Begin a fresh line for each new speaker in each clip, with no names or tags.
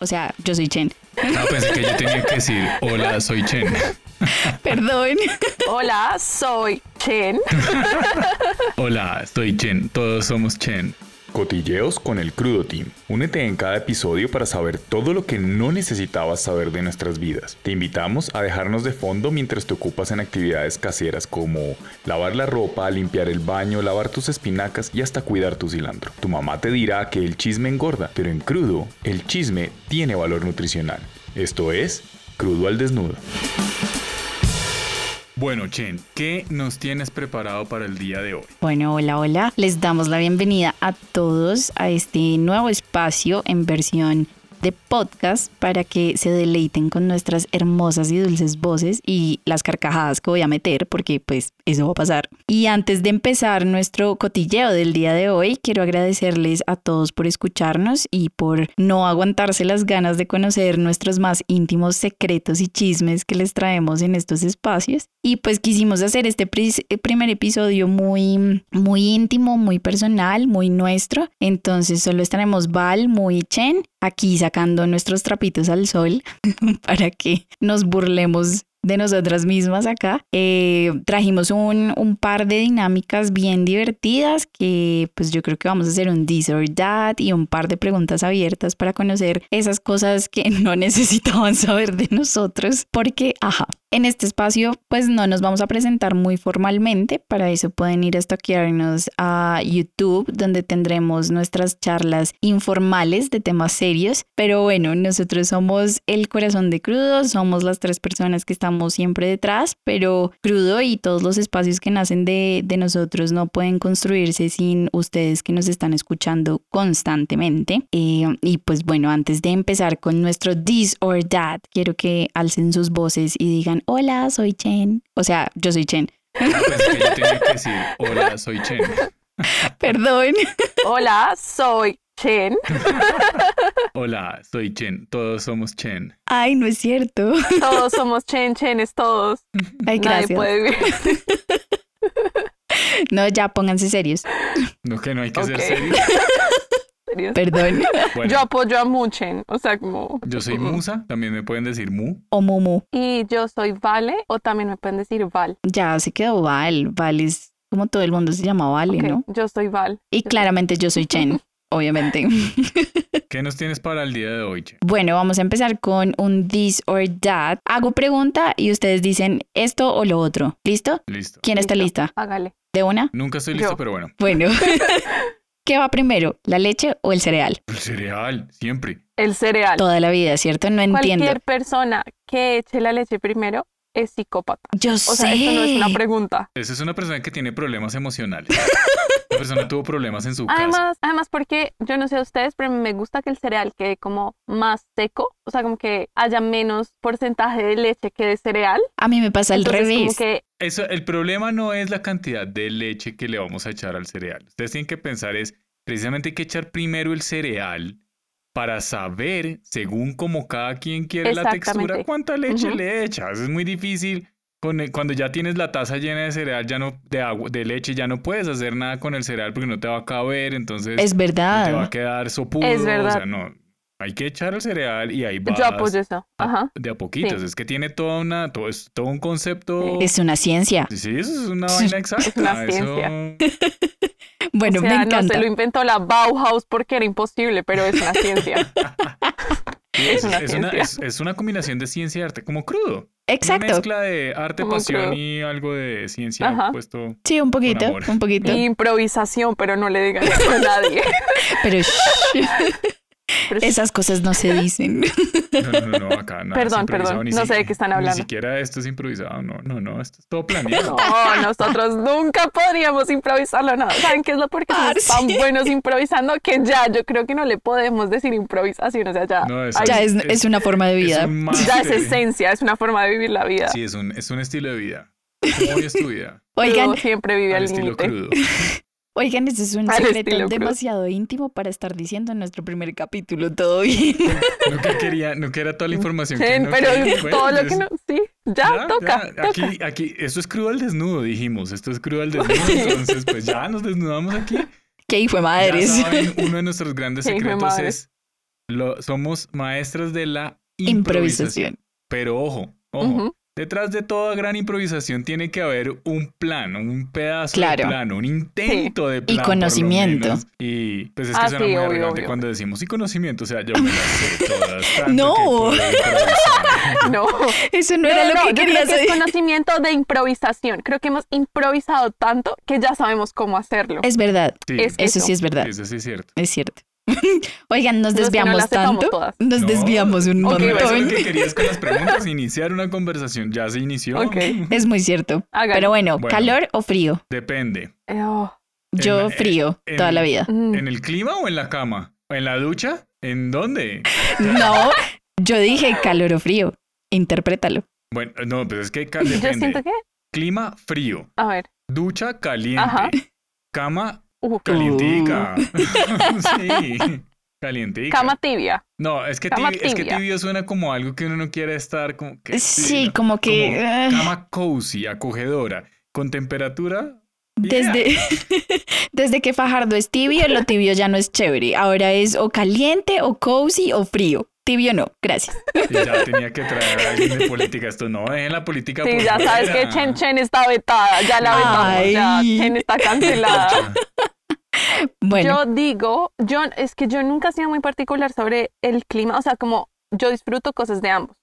O sea, yo soy Chen.
No, pensé que yo tenía que decir, hola, soy Chen.
Perdón.
Hola, soy Chen.
Hola, soy Chen. Todos somos Chen.
Cotilleos con el Crudo Team. Únete en cada episodio para saber todo lo que no necesitabas saber de nuestras vidas. Te invitamos a dejarnos de fondo mientras te ocupas en actividades caseras como lavar la ropa, limpiar el baño, lavar tus espinacas y hasta cuidar tu cilantro. Tu mamá te dirá que el chisme engorda, pero en crudo el chisme tiene valor nutricional. Esto es crudo al desnudo.
Bueno, Chen, ¿qué nos tienes preparado para el día de hoy?
Bueno, hola, hola. Les damos la bienvenida a todos a este nuevo espacio en versión de podcast para que se deleiten con nuestras hermosas y dulces voces y las carcajadas que voy a meter porque pues eso va a pasar. Y antes de empezar nuestro cotilleo del día de hoy, quiero agradecerles a todos por escucharnos y por no aguantarse las ganas de conocer nuestros más íntimos secretos y chismes que les traemos en estos espacios. Y pues quisimos hacer este pris- primer episodio muy, muy íntimo, muy personal, muy nuestro. Entonces solo estaremos Val, muy Chen aquí sacando nuestros trapitos al sol para que nos burlemos de nosotras mismas acá. Eh, trajimos un, un par de dinámicas bien divertidas que pues yo creo que vamos a hacer un this or that y un par de preguntas abiertas para conocer esas cosas que no necesitaban saber de nosotros porque, ajá, en este espacio pues no nos vamos a presentar muy formalmente, para eso pueden ir a stalkearnos a YouTube donde tendremos nuestras charlas informales de temas serios, pero bueno, nosotros somos el corazón de crudo, somos las tres personas que estamos siempre detrás, pero crudo y todos los espacios que nacen de, de nosotros no pueden construirse sin ustedes que nos están escuchando constantemente. Eh, y pues bueno, antes de empezar con nuestro this or that, quiero que alcen sus voces y digan, hola, soy Chen. O sea, yo soy Chen.
No, pensé Ah, pues que yo tenía que decir, hola, soy Chen.
Perdón.
Hola, soy Chen.
Hola, soy Chen. Todos somos Chen.
Ay, no es cierto.
Todos somos Chen, Chenes, todos.
Ay,
Nadie
gracias.
puede vivir.
No, ya pónganse serios.
No, que no hay que ser
Ok.
serio.
serios.
Perdón.
Bueno,
Yo
yo...
apoyo a Muchen, o sea, como...
soy Musa. También me pueden decir Mu.
O Mumu.
Y yo soy Vale, o también me pueden decir Val.
Ya se quedó Val. Val es como todo el mundo se llama Vale,
Ok,
¿no?
Yo soy Val.
Y claramente yo soy Chen, obviamente.
¿Qué nos tienes para el día de hoy, Chen?
Bueno, vamos a empezar con un this or that. Hago pregunta y ustedes dicen esto o lo otro. ¿Listo?
Listo.
¿Quién está
Listo.
lista?
Hágale.
¿De una?
Nunca estoy listo,
Yo.
pero bueno.
Bueno. ¿Qué va primero? ¿La leche o el cereal?
El pues cereal, siempre.
El cereal.
Toda la vida, ¿cierto? No entiendo.
Cualquier persona que eche la leche primero es psicópata.
Yo
O sea, esto no es una pregunta.
Esa es una persona que tiene problemas emocionales. La persona tuvo problemas en su casa.
Además, además porque yo no sé ustedes, pero me gusta que el cereal quede como más seco, o sea, como que haya menos porcentaje de leche que de cereal.
A mí me pasa al
Entonces,
revés.
Como que
Eso, el problema no es la cantidad de leche que le vamos a echar al cereal. Ustedes tienen que pensar es, precisamente hay que echar primero el cereal para saber, según como cada quien quiere la textura,
Exactamente.
cuánta leche
Ujú.
le echas. Es muy difícil. con el- Cuando ya tienes la taza llena de cereal, ya no, de agua, de leche, ya no puedes hacer nada con el cereal porque no te va a caber, entonces
Es
te va a
verdad.
quedar sopudo.
Es
O
verdad.
sea, no. Hay que echar el cereal y ahí vas
yo apoyo eso. Ajá.
de a poquitos.
Sí.
Es que tiene toda una, todo, es todo un concepto.
Es una ciencia.
Sí, Sí, eso es una
Sí,
vaina exacta. Ah,
una
eso-
Bueno,
o sea,
me
no
encanta.
se lo inventó la Bauhaus porque era imposible, pero es una ciencia.
sí,
Es
es,
una
es una,
ciencia.
es- es una combinación de ciencia y arte, como crudo. Una
Exacto.
mezcla de arte,
Como
pasión
crudo.
y algo de ciencia
Ajá.
puesto.
Sí, un poquito,
amor.
un poquito.
Y improvisación, pero no le digan eso a nadie.
Pero shh,
Pero
esas cosas no se dicen.
No, no, no, no, acá nada. es
Perdón,
improvisado,
perdón,
ni
no sé de
si-
qué están hablando.
Ni siquiera esto es improvisado. No, no, no. Esto es todo planeado.
No, nosotros nunca podríamos improvisarlo, no. ¿Saben qué es lo porque somos
Parce.
tan buenos improvisando que ya yo creo que no le podemos decir improvisación, o sea, ya,
No, es-
ahí-
Ya es, es una forma de
Es
vida.
un
ya es
máster.
esencia, es una forma de vivir la vida.
Sí, es un, es un estilo de vida. ¿Cómo es tu vida?
Oigan,
Crudo siempre vive
Al
al
estilo
límite.
crudo.
oigan, ese es un
Al
secreto
estilo Cruz.
demasiado íntimo para estar diciendo en nuestro primer capítulo. Todo bien.
No que quería, no que era toda la información que
Chen,
no
pero
quería. Bueno,
todo lo que
entonces-
no, sí, ya, toca,
ya,
toca.
Aquí, aquí, esto es crudo al desnudo, dijimos. Esto es crudo al desnudo. Entonces, pues ya nos desnudamos aquí.
¿Qué hijo de
Ya
madres?
saben, uno de nuestros grandes
Qué hijo de
secretos
madre.
es Lo- somos maestras de la improvisación.
Improvisación.
Pero ojo, ojo.
Ujú.
Detrás de toda gran improvisación tiene que haber un plan, un pedazo de
Claro.
plano, un intento de plan. por lo
conocimiento.
menos. Y pues es que
Ah,
suena
sí,
muy
obvio,
arrogante
obvio.
cuando decimos y conocimiento, o sea, yo me las sé todas. tanto
No.
que puedo improvisar.
No.
Eso no
No,
era
no,
lo
no,
que
yo creo
quería
que
decir.
es conocimiento de improvisación. Creo que hemos improvisado tanto que ya sabemos cómo hacerlo.
Es verdad,
Sí,
Es-
eso
Eso.
sí es verdad,
eso sí es cierto.
es cierto. Oigan, nos
No, si no
desviamos
las sepamos
tanto.
todas.
Nos
No,
desviamos un
No,
Ok,
no, eso es lo
montón.
que querías con las preguntas, iniciar una conversación. Ya se inició.
Ok.
Es muy cierto.
Hágalo.
Pero bueno,
Bueno.
¿calor o frío?
Depende.
Eh, oh,
Yo
En- eh,
frío
en-
toda la vida.
mm.
¿En el clima o en la cama? ¿En la ducha? ¿En dónde?
No, yo dije calor o frío. Interprétalo.
Bueno, no, pues es que ca-
Yo
depende.
siento que,
Clima frío,
a ver,
ducha caliente,
Ajá.
cama
uh,
calientica. sí, calientica.
cama tibia.
no, es que,
cama
tibio, es que
tibia.
tibio suena como algo que uno no quiere estar como que...
Sí,
¿no?
como que
Como
ah,
Cama cozy, acogedora, con temperatura... yeah.
desde, desde que Fajardo es tibio, lo tibio ya no es chévere. Ahora es o caliente o cozy o frío. Tibio no, gracias.
Y ya tenía que traer a alguien de política. Esto no, dejen la política pues,
Sí,
por
ya sabes
fuera.
que Chen Chen está vetada, ya la vetamos, ya
Ay.
Chen está cancelada.
Bueno,
Yo digo, yo es que yo nunca he sido muy particular sobre el clima, o sea, como yo disfruto cosas de ambos.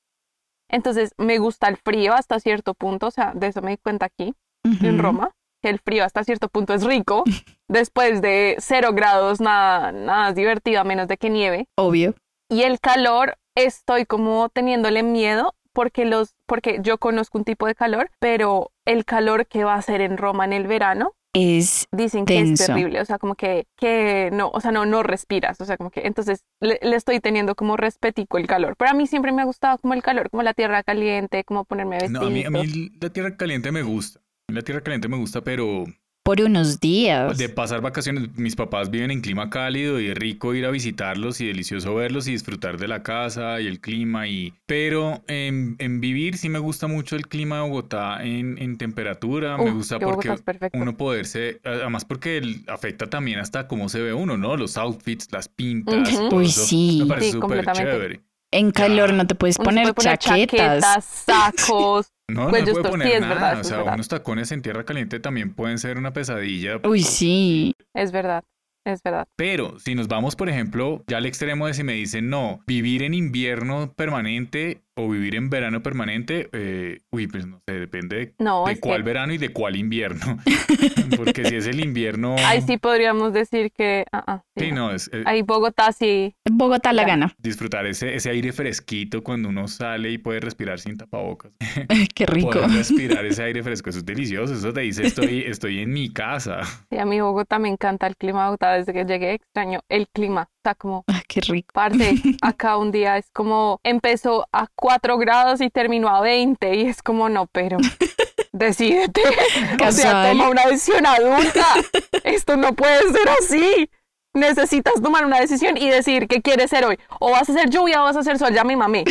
Entonces, me gusta el frío hasta cierto punto, o sea, de eso me di cuenta aquí en
ujú.
Roma, que el frío hasta cierto punto es rico. Después de cero grados, nada, nada es divertido a menos de que nieve.
obvio.
Y el calor, estoy como teniéndole miedo porque los, porque yo conozco un tipo de calor, pero el calor que va a hacer en Roma en el verano
Es
dicen que
Tenso.
es terrible, o sea, como que, que no, o sea, no, no respiras, o sea, como que entonces le, le estoy teniendo como respetico el calor, pero a mí siempre me ha gustado como el calor, como la tierra caliente, como ponerme
No,
vestido.
a mí, a mí la tierra caliente me gusta. A mí La tierra caliente me gusta, pero
por unos días.
de pasar vacaciones, mis papás viven en clima cálido y rico ir a visitarlos y delicioso verlos y disfrutar de la casa y el clima. Y... Pero en, en vivir sí me gusta mucho el clima de Bogotá en, en temperatura. me
Uf,
gusta
que Bogotá
porque
es perfecto.
uno poderse, además porque el- afecta también hasta cómo se ve uno, ¿no? Los outfits, las pintas.
Ujú.
todo
Uy,
eso
sí.
Me parece
Sí,
súper
completamente.
chévere.
En calor no te puedes
Uno se
poner,
puede poner
chaquetas.
sacos.
No, no
Pues
le
yo
puede
estoy-
poner
sí, es
nada.
verdad,
o
es
sea,
verdad.
unos tacones en tierra caliente también pueden ser una pesadilla.
Uy, sí.
Es verdad, es verdad.
Pero si nos vamos, por ejemplo, ya al extremo de si me dicen no, vivir en invierno permanente o vivir en verano permanente, eh, uy, pues no sé, depende de,
No,
de
es que
cuál verano y de cuál invierno. Porque si es el invierno.
ahí sí podríamos decir que, ah, ah, sí,
Sí,
no.
no, es eh,
ahí Bogotá sí,
Bogotá la
Ya.
gana.
disfrutar ese, ese aire fresquito cuando uno sale y puede respirar sin tapabocas.
Qué rico.
Poder respirar ese aire fresco, eso es delicioso. Eso te dice, estoy, estoy en mi casa.
sí, a mí Bogotá me encanta el clima de Bogotá, desde que llegué extraño el clima, o sea, como
Ah, qué rico.
Parte, acá un día es como empezó a 4 grados y terminó a 20 y es como no, pero decídete. O sea,
Casual.
toma una decisión adulta. Esto no puede ser así. Necesitas tomar una decisión y decir qué quieres ser hoy. O vas a hacer lluvia o vas a hacer sol, ya me mamé.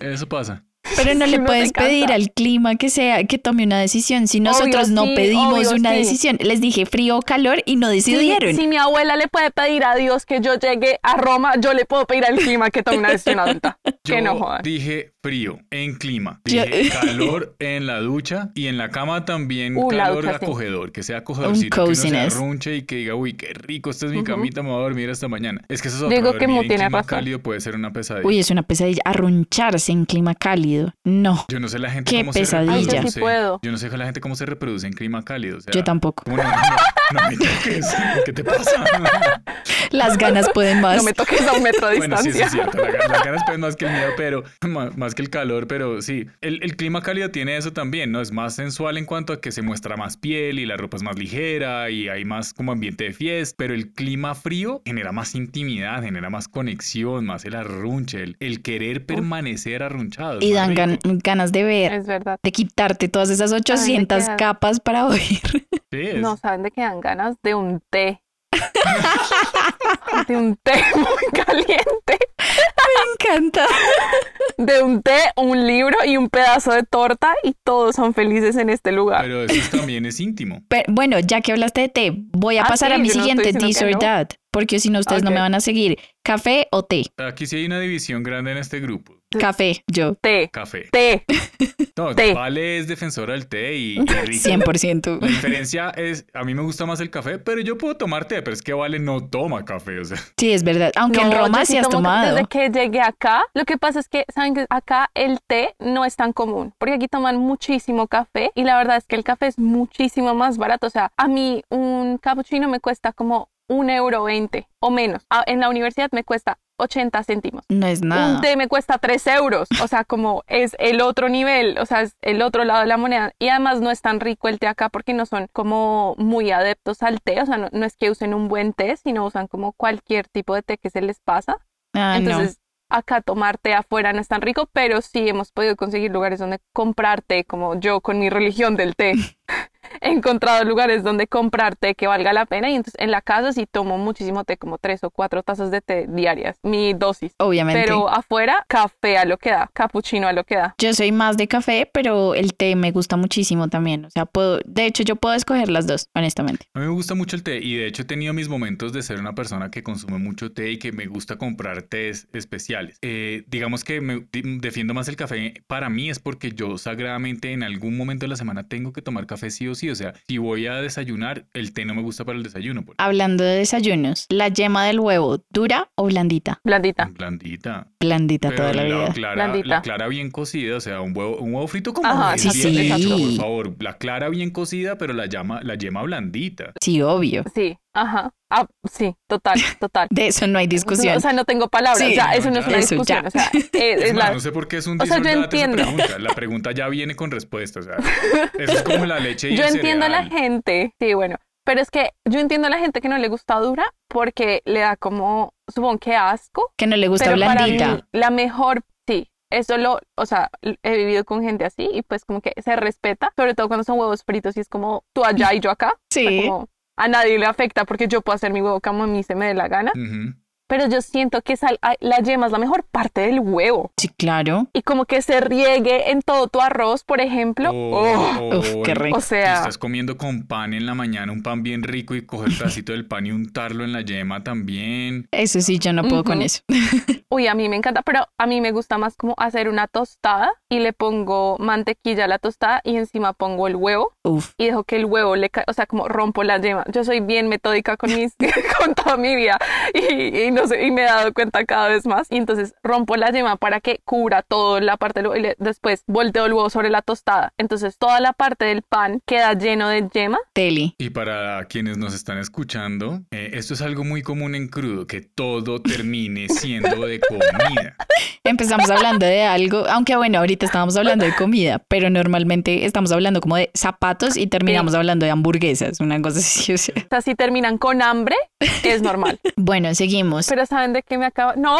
Eso pasa.
Pero no le
Sí, uno se
puedes
cansa.
pedir al clima que sea que tome una decisión. Si nosotros no
sí,
pedimos
obvio,
una
sí.
decisión, les dije frío o calor y no
Si,
decidieron.
si mi abuela le puede pedir a Dios que yo llegue a Roma, yo le puedo pedir al clima que tome una decisión adulta.
Yo
que no jodan.
dije frío en clima,
Yo-
dije calor en la ducha y en la cama también
Uh, la
calor
ducha, sí.
acogedor, que sea acogedorcito, que uno se
coziness.
arrunche y que diga, uy, qué rico, esta es mi
Ujú.
camita, me voy a dormir hasta mañana. Es que eso es otro,
Digo que
dormir
Mu
en
tiene
clima
razón.
cálido puede ser una pesadilla.
Uy, es una pesadilla. Arruncharse en clima cálido. No,
yo no sé la gente
qué
cómo
pesadilla.
se
Ay, yo sí
reproduce.
puedo.
Yo no sé la gente cómo se reproduce en clima cálido. O sea,
yo tampoco.
como, No, no, no, no me toques, ¿qué te pasa?
Las ganas pueden más.
No me toques a un metro de
Bueno, sí, eso
distancia.
es cierto. La- las ganas pueden más que el miedo, pero ma- más, que el calor, pero sí. El, el clima cálido tiene eso también, ¿no? Es más sensual en cuanto a que se muestra más piel y la ropa es más ligera y hay más como ambiente de fiesta, pero el clima frío genera más intimidad, genera más conexión, más el arrunche, el, el querer permanecer arrunchado. es
Y
más
dan gan-
rico.
ganas de ver,
Es verdad.
de quitarte todas esas 800
quedas.
capas para oír.
Sí, es-
No, ¿saben de qué dan ganas? De un té. de un té muy caliente.
Me encanta.
De un té, un libro y un pedazo de torta y todos son felices en este lugar.
Pero eso también es íntimo.
Pero, bueno, ya que hablaste de té, voy a
Ah,
pasar
sí,
a mi
yo no
siguiente this
estoy diciendo
or
que no.
that, porque si no ustedes no
Ok.
me van a seguir. ¿Café o té?
Aquí sí hay una división grande en este grupo.
Café, yo.
Té,
Café.
té.
No,
Té.
Vale es defensora del té y, y rica.
100%.
La diferencia es, a mí me gusta más el café, pero yo puedo tomar té, pero es que Vale no toma café, o sea.
Sí, es verdad. Aunque en
No,
Roma
yo
sí has
tomo-
tomado.
Desde que llegué acá, lo que pasa es que, saben que acá el té no es tan común, porque aquí toman muchísimo café y la verdad es que el café es muchísimo más barato. O sea, a mí un cappuccino me cuesta como un euro veinte o menos. A- en la universidad me cuesta 80 céntimos.
No es
Un
nada.
té me cuesta 3 euros, o sea, como es el otro nivel, o sea, es el otro lado de la moneda. Y además no es tan rico el té acá porque no son como muy adeptos al té, o sea, no, no es que usen un buen té, sino usan como cualquier tipo de té que se les pasa.
Ah,
Entonces, acá tomar té afuera no es tan rico, pero sí hemos podido conseguir lugares donde comprar té, como yo con mi religión del té. He encontrado lugares donde comprar té que valga la pena y entonces en la casa sí tomo muchísimo té, como tres o cuatro tazas de té diarias, mi dosis.
no. Obviamente.
Pero afuera, café a lo que da, capuchino a lo que da.
Yo soy más de café, pero el té me gusta muchísimo también. O sea, puedo, de hecho, yo puedo escoger las dos, honestamente.
A mí me gusta mucho el té y de hecho he tenido mis momentos de ser una persona que consume mucho té y que me gusta comprar tés especiales. Eh, digamos que me di- defiendo más el café. Para mí es porque yo sagradamente en algún momento de la semana tengo que tomar café sí o sí. O sea, si voy a desayunar, el té no me gusta para el desayuno. por-
Hablando de desayunos, la yema del huevo, ¿dura o blandita?
Mm.
Blandita.
Blandita.
Blandita toda la
Pero
vida.
clara,
Blandita.
la clara bien cocida, o sea, un huevo, un huevo frito como
Ajá,
hoy en
sí,
día,
sí.
de hecho,
Sí.
por favor. La clara bien cocida, pero la llama, la yema blandita.
Sí, obvio.
Sí, ajá. Ah, sí, total, total.
De eso no hay discusión.
Pues, O sea, no tengo palabras,
Sí,
o sea,
no,
eso no
ya.
es una
Eso,
discusión,
ya.
o sea, es-
Es
es
más,
la-
no sé por qué es un
O sea, yo
disoldate esa
entiendo.
pregunta. La pregunta ya viene con respuesta. O sea, eso es como la leche y
Yo
el
entiendo a la
cereal.
gente, sí, bueno, pero es que yo entiendo a la gente que no le gusta dura porque le da como, supongo que asco,
que no le gusta
pero para mí
blandita.
la mejor, sí, eso lo, o sea, l- he vivido con gente así y pues como que se respeta, sobre todo cuando son huevos fritos y es como tú allá y yo acá, o sea,
Sí.
como a nadie le afecta porque yo puedo hacer mi huevo como a mí se me dé la gana,
Ujú.
pero yo siento que esa- ay, la yema es la mejor parte del huevo
Sí, claro.
y como que se riegue en todo tu arroz, por ejemplo, ¡oh!
O- o-
Uf, qué rico.
o
si
sea...
estás comiendo con pan en la mañana, un pan bien rico y coger el pedacito del pan y untarlo en la yema también.
Eso sí, yo no puedo con
Ujú.
eso.
Uy, a mí me encanta, pero a mí me gusta más como hacer una tostada y le pongo mantequilla a la tostada y encima pongo el huevo
Uf.
y dejo que el huevo le ca- o sea, como rompo la yema. Yo soy bien metódica con mis, con toda mi vida y, y no sé, y me he dado cuenta cada vez más. Y entonces rompo la yema para que cubra toda la parte del huevo y le- después volteo el huevo sobre la tostada. Entonces toda la parte del pan queda lleno de yema.
Teli.
Y para quienes nos están escuchando, eh, esto es algo muy común en crudo, que todo termine siendo de comida.
Empezamos hablando de algo, aunque bueno, ahorita estábamos hablando de comida, pero normalmente estamos hablando como de zapatos y terminamos hablando de hamburguesas, una cosa así. o sea.
O sea, si terminan con hambre, es normal.
Bueno, seguimos.
Pero ¿saben de qué me acaba? No,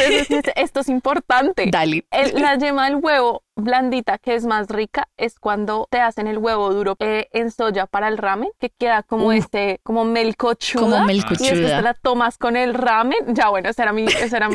entonces, es- esto es importante.
Dale.
El- la yema del huevo blandita, que es más rica, es cuando te hacen el huevo duro eh, en soya para el ramen, que queda como
Uf.
este, como melcochuda.
Como
Y
Y después te
melcochuda.
la tomas con el ramen. Ya bueno, esa era mi, esa era mi,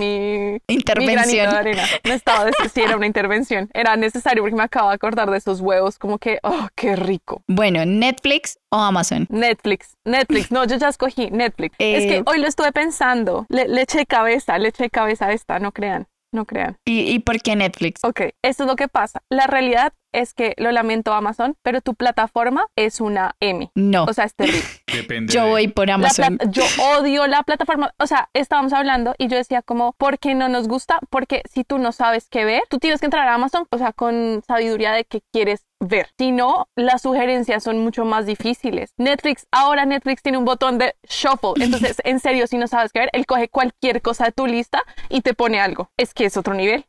mi granito de
Intervención.
arena. No estaba de sí, era una intervención. Era necesario porque me acabo de acordar de esos huevos, como que, oh, qué rico.
Bueno, Netflix o Amazon.
Netflix, Netflix, no, yo ya escogí Netflix. Es
Eh,
que hoy lo estuve pensando, le, le eché cabeza, le eché cabeza a esta, no crean, no crean.
¿Y, y por qué Netflix?
Ok, esto es lo que pasa. La realidad es que lo lamento Amazon, pero tu plataforma es una M.
No,
O sea, es terrible.
Depende.
yo
de-
voy por
La
Amazon.
plata- yo odio la plataforma. O sea, estábamos hablando y yo decía como, ¿por qué no nos gusta? Porque si tú no sabes qué ver, tú tienes que entrar a Amazon, o sea, con sabiduría de qué quieres ver. Si no, las sugerencias son mucho más difíciles. Netflix, ahora Netflix tiene un botón de shuffle. Entonces, en serio, si no sabes qué ver, él coge cualquier cosa de tu lista y te pone algo. Es que es otro nivel.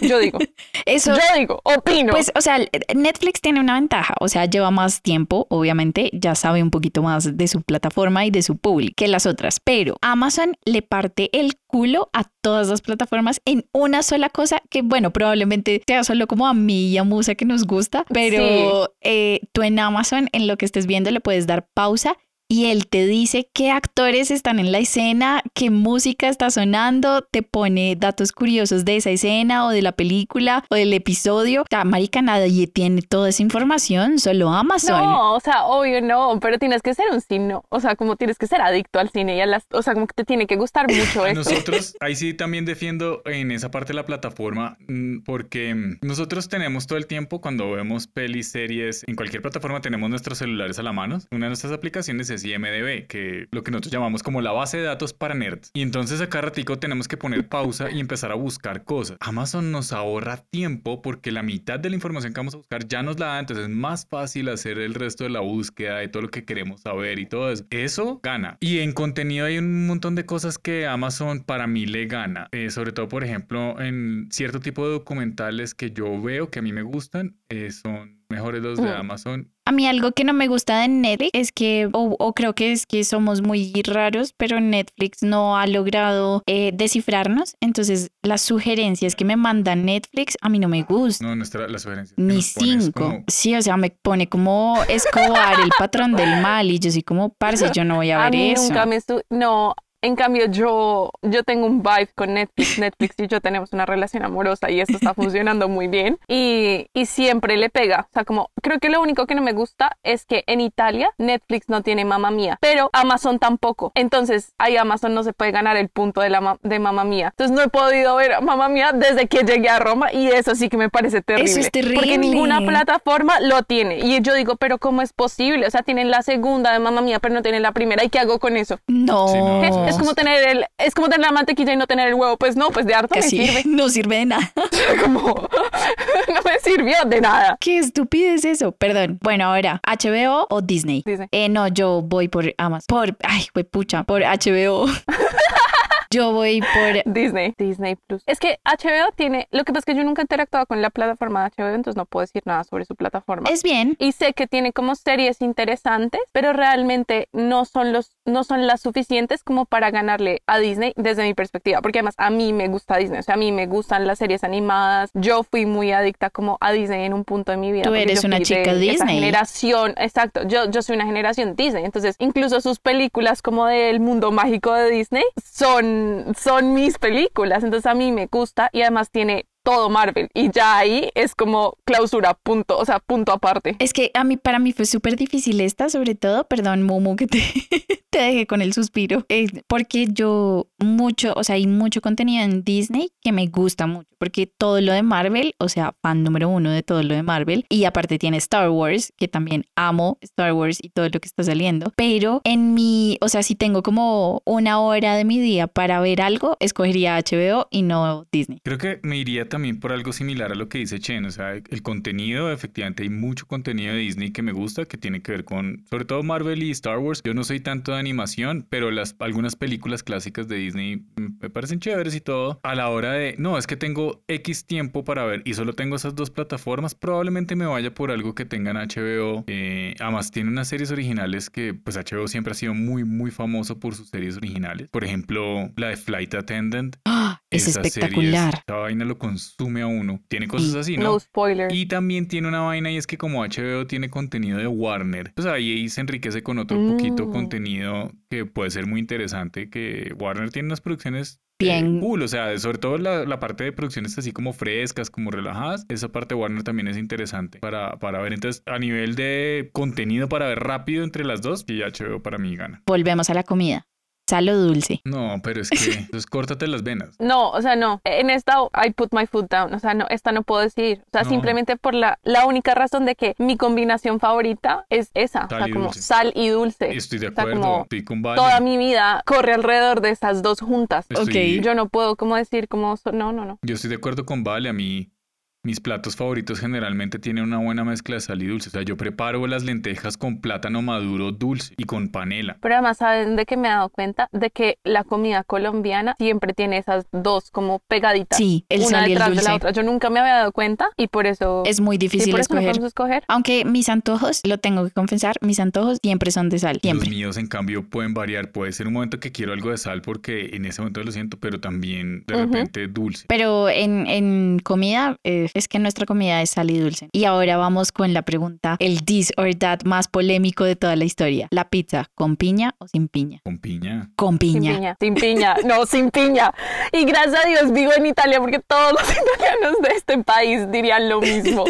Yo digo,
Eso,
yo digo, opino.
Pues, o sea, Netflix tiene una ventaja, o sea, lleva más tiempo, obviamente, ya sabe un poquito más de su plataforma y de su público que las otras, pero Amazon le parte el culo a todas las plataformas en una sola cosa que, bueno, probablemente sea solo como a mí y a Musa que nos gusta, pero eh, tú en Amazon, en lo que estés viendo, le puedes dar pausa. y él te dice qué actores están en la escena, qué música está sonando, te pone datos curiosos de esa escena o de la película o del episodio. O sea, marica, nadie tiene toda esa información, solo Amazon.
No, o sea, obvio no, pero tienes que ser un sino, o sea, como tienes que ser adicto al cine y a las, o sea, como que te tiene que gustar mucho
A
esto.
Nosotros, ahí sí también defiendo en esa parte de la plataforma, mm, porque mm, nosotros tenemos todo el tiempo cuando vemos pelis, series, en cualquier plataforma tenemos nuestros celulares a la mano. Una de nuestras aplicaciones es IMDB, que lo que nosotros llamamos como la base de datos para nerds. Y entonces acá ratico tenemos que poner pausa y empezar a buscar cosas. Amazon nos ahorra tiempo porque la mitad de la información que vamos a buscar ya nos la da, entonces es más fácil hacer el resto de la búsqueda de todo lo que queremos saber y todo eso. Eso gana. Y en contenido hay un montón de cosas que Amazon para mí le gana. Eh, sobre todo, por ejemplo, en cierto tipo de documentales que yo veo que a mí me gustan, eh, son mejores los de
Mm.
Ujú.
Amazon
A mí algo que no me gusta de Netflix es que, o, o creo que es que somos muy raros, pero Netflix no ha logrado eh, descifrarnos. Entonces, las sugerencias que me manda Netflix a mí no me gustan.
No, nuestra, la sugerencia. que
Ni
nos pones
cinco.
como-
Sí, o sea, me pone como Escobar, el patrón del mal, y yo soy como, parce, yo no voy a ver
A mí
eso.
nunca me estu- no, en cambio yo yo tengo un vibe con Netflix, Netflix y yo tenemos una relación amorosa y esto está funcionando muy bien y, y siempre le pega, o sea, como creo que lo único que no me gusta es que en Italia Netflix no tiene mamá mía, pero Amazon tampoco. Entonces, ahí Amazon no se puede ganar el punto de la ma- de mamá mía. Entonces, no he podido ver mamá mía desde que llegué a Roma y eso sí que me parece terrible.
Eso es
Porque
terrible.
ninguna plataforma lo tiene. Y yo digo, pero ¿cómo es posible? O sea, tienen la segunda de mamá mía, pero no tienen la primera. ¿Y qué hago con eso?
No.
Sí, no,
¿Qué?
no,
Oh.
Es como tener el, es como tener la mantequilla y no tener el huevo. Pues no, pues de harto
Que
me
sí,
sirve.
no sirve de nada.
Como, no me sirvió de nada.
Qué estupidez eso. Perdón. Bueno, ahora, ¿HBO o Disney?
Disney.
Eh, no, yo voy por Amazon. Por, ay, pucha, por HBO. yo voy por
Disney. Disney Plus. Es que HBO tiene, lo que pasa es que yo nunca he interactuado con la plataforma de HBO, entonces no puedo decir nada sobre su plataforma.
Es bien.
y sé que tiene como series interesantes, pero realmente no son los no son las suficientes como para ganarle a Disney desde mi perspectiva, porque además a mí me gusta Disney, o sea, a mí me gustan las series animadas. Yo fui muy adicta como a Disney en un punto de mi vida.
Tú
porque
eres
yo
una
fui de
chica
esa
Disney.
generación, exacto. Yo yo soy una generación Disney, entonces incluso sus películas como del mundo mágico de Disney son son mis películas, entonces a mí me gusta y además tiene todo Marvel y ya ahí es como clausura punto, o sea, punto aparte.
Es que a mí, para mí fue súper difícil esta, sobre todo, perdón, Momo, que te, te dejé con el suspiro, eh, porque yo mucho, o sea, hay mucho contenido en Disney que me gusta mucho, porque todo lo de Marvel, o sea, fan número uno de todo lo de Marvel, y aparte tiene Star Wars, que también amo Star Wars y todo lo que está saliendo, pero en mi, o sea, si tengo como una hora de mi día para ver algo, escogería HBO y no Disney.
Creo que me iría también por algo similar a lo que dice Chen, o sea, el contenido, efectivamente hay mucho contenido de Disney que me gusta, que tiene que ver con, sobre todo Marvel y Star Wars. Yo no soy tanto de animación, pero las, algunas películas clásicas de Disney mm, me parecen chéveres y todo. A la hora de, no, es que tengo X tiempo para ver y solo tengo esas dos plataformas, probablemente me vaya por algo que tengan HBO. eh, además, tiene unas series originales que, pues HBO siempre ha sido muy, muy famoso por sus series originales. Por ejemplo, la de Flight Attendant.
¡Ah! Es
Esas series,
espectacular.
esta vaina lo consume a uno. Tiene cosas
Sí.
así,
No
¿no?
spoilers.
Y también tiene una vaina y es que como HBO tiene contenido de Warner, pues ahí, ahí se enriquece con otro poquito
Mm.
contenido que puede ser muy interesante, que Warner tiene unas producciones eh,
Bien.
cool, o sea, sobre todo la, la parte de producciones así como frescas, como relajadas, esa parte de Warner también es interesante para, para ver. Entonces, a nivel de contenido para ver rápido entre las dos, y HBO para mí gana.
Volvemos a la comida. Salo dulce.
No, pero es que, entonces córtate las venas.
No, o sea, no. En esta, I put my foot down. O sea, no, esta no puedo decidir. O sea,
No.
simplemente por la, la única razón de que mi combinación favorita es esa. o
Sal y
sea, como
dulce.
sal y dulce.
Estoy de
O sea,
acuerdo,
como
estoy con Vale.
Toda mi vida corre alrededor de esas dos juntas.
Ok.
Estoy-
Yo no puedo como decir como, so- no, no, no.
Yo estoy de acuerdo con Vale, a mí mis platos favoritos generalmente tienen una buena mezcla de sal y dulce. O sea, yo preparo las lentejas con plátano maduro dulce y con panela.
Pero además, ¿saben de qué me he dado cuenta? De que la comida colombiana siempre tiene esas dos como pegaditas.
Sí, el
una
sal y el
detrás de la
dulce.
otra. Yo nunca me había dado cuenta y por eso...
Es muy
sí,
difícil
por eso no
escoger.
podemos escoger.
Aunque mis antojos, lo tengo que confesar, mis antojos siempre son de sal, siempre.
Los míos, en cambio, pueden variar. Puede ser un momento que quiero algo de sal porque en ese momento lo siento, pero también de
Ujú.
repente dulce.
Pero en, en comida, eh, Es que nuestra comida es sal y dulce. Y ahora vamos con la pregunta, el this or that más polémico de toda la historia. ¿La pizza con piña o sin piña?
Con piña.
Con
Sin
piña.
piña, sin piña, no, sin piña. Y gracias a Dios vivo en Italia porque todos los italianos de este país dirían lo mismo.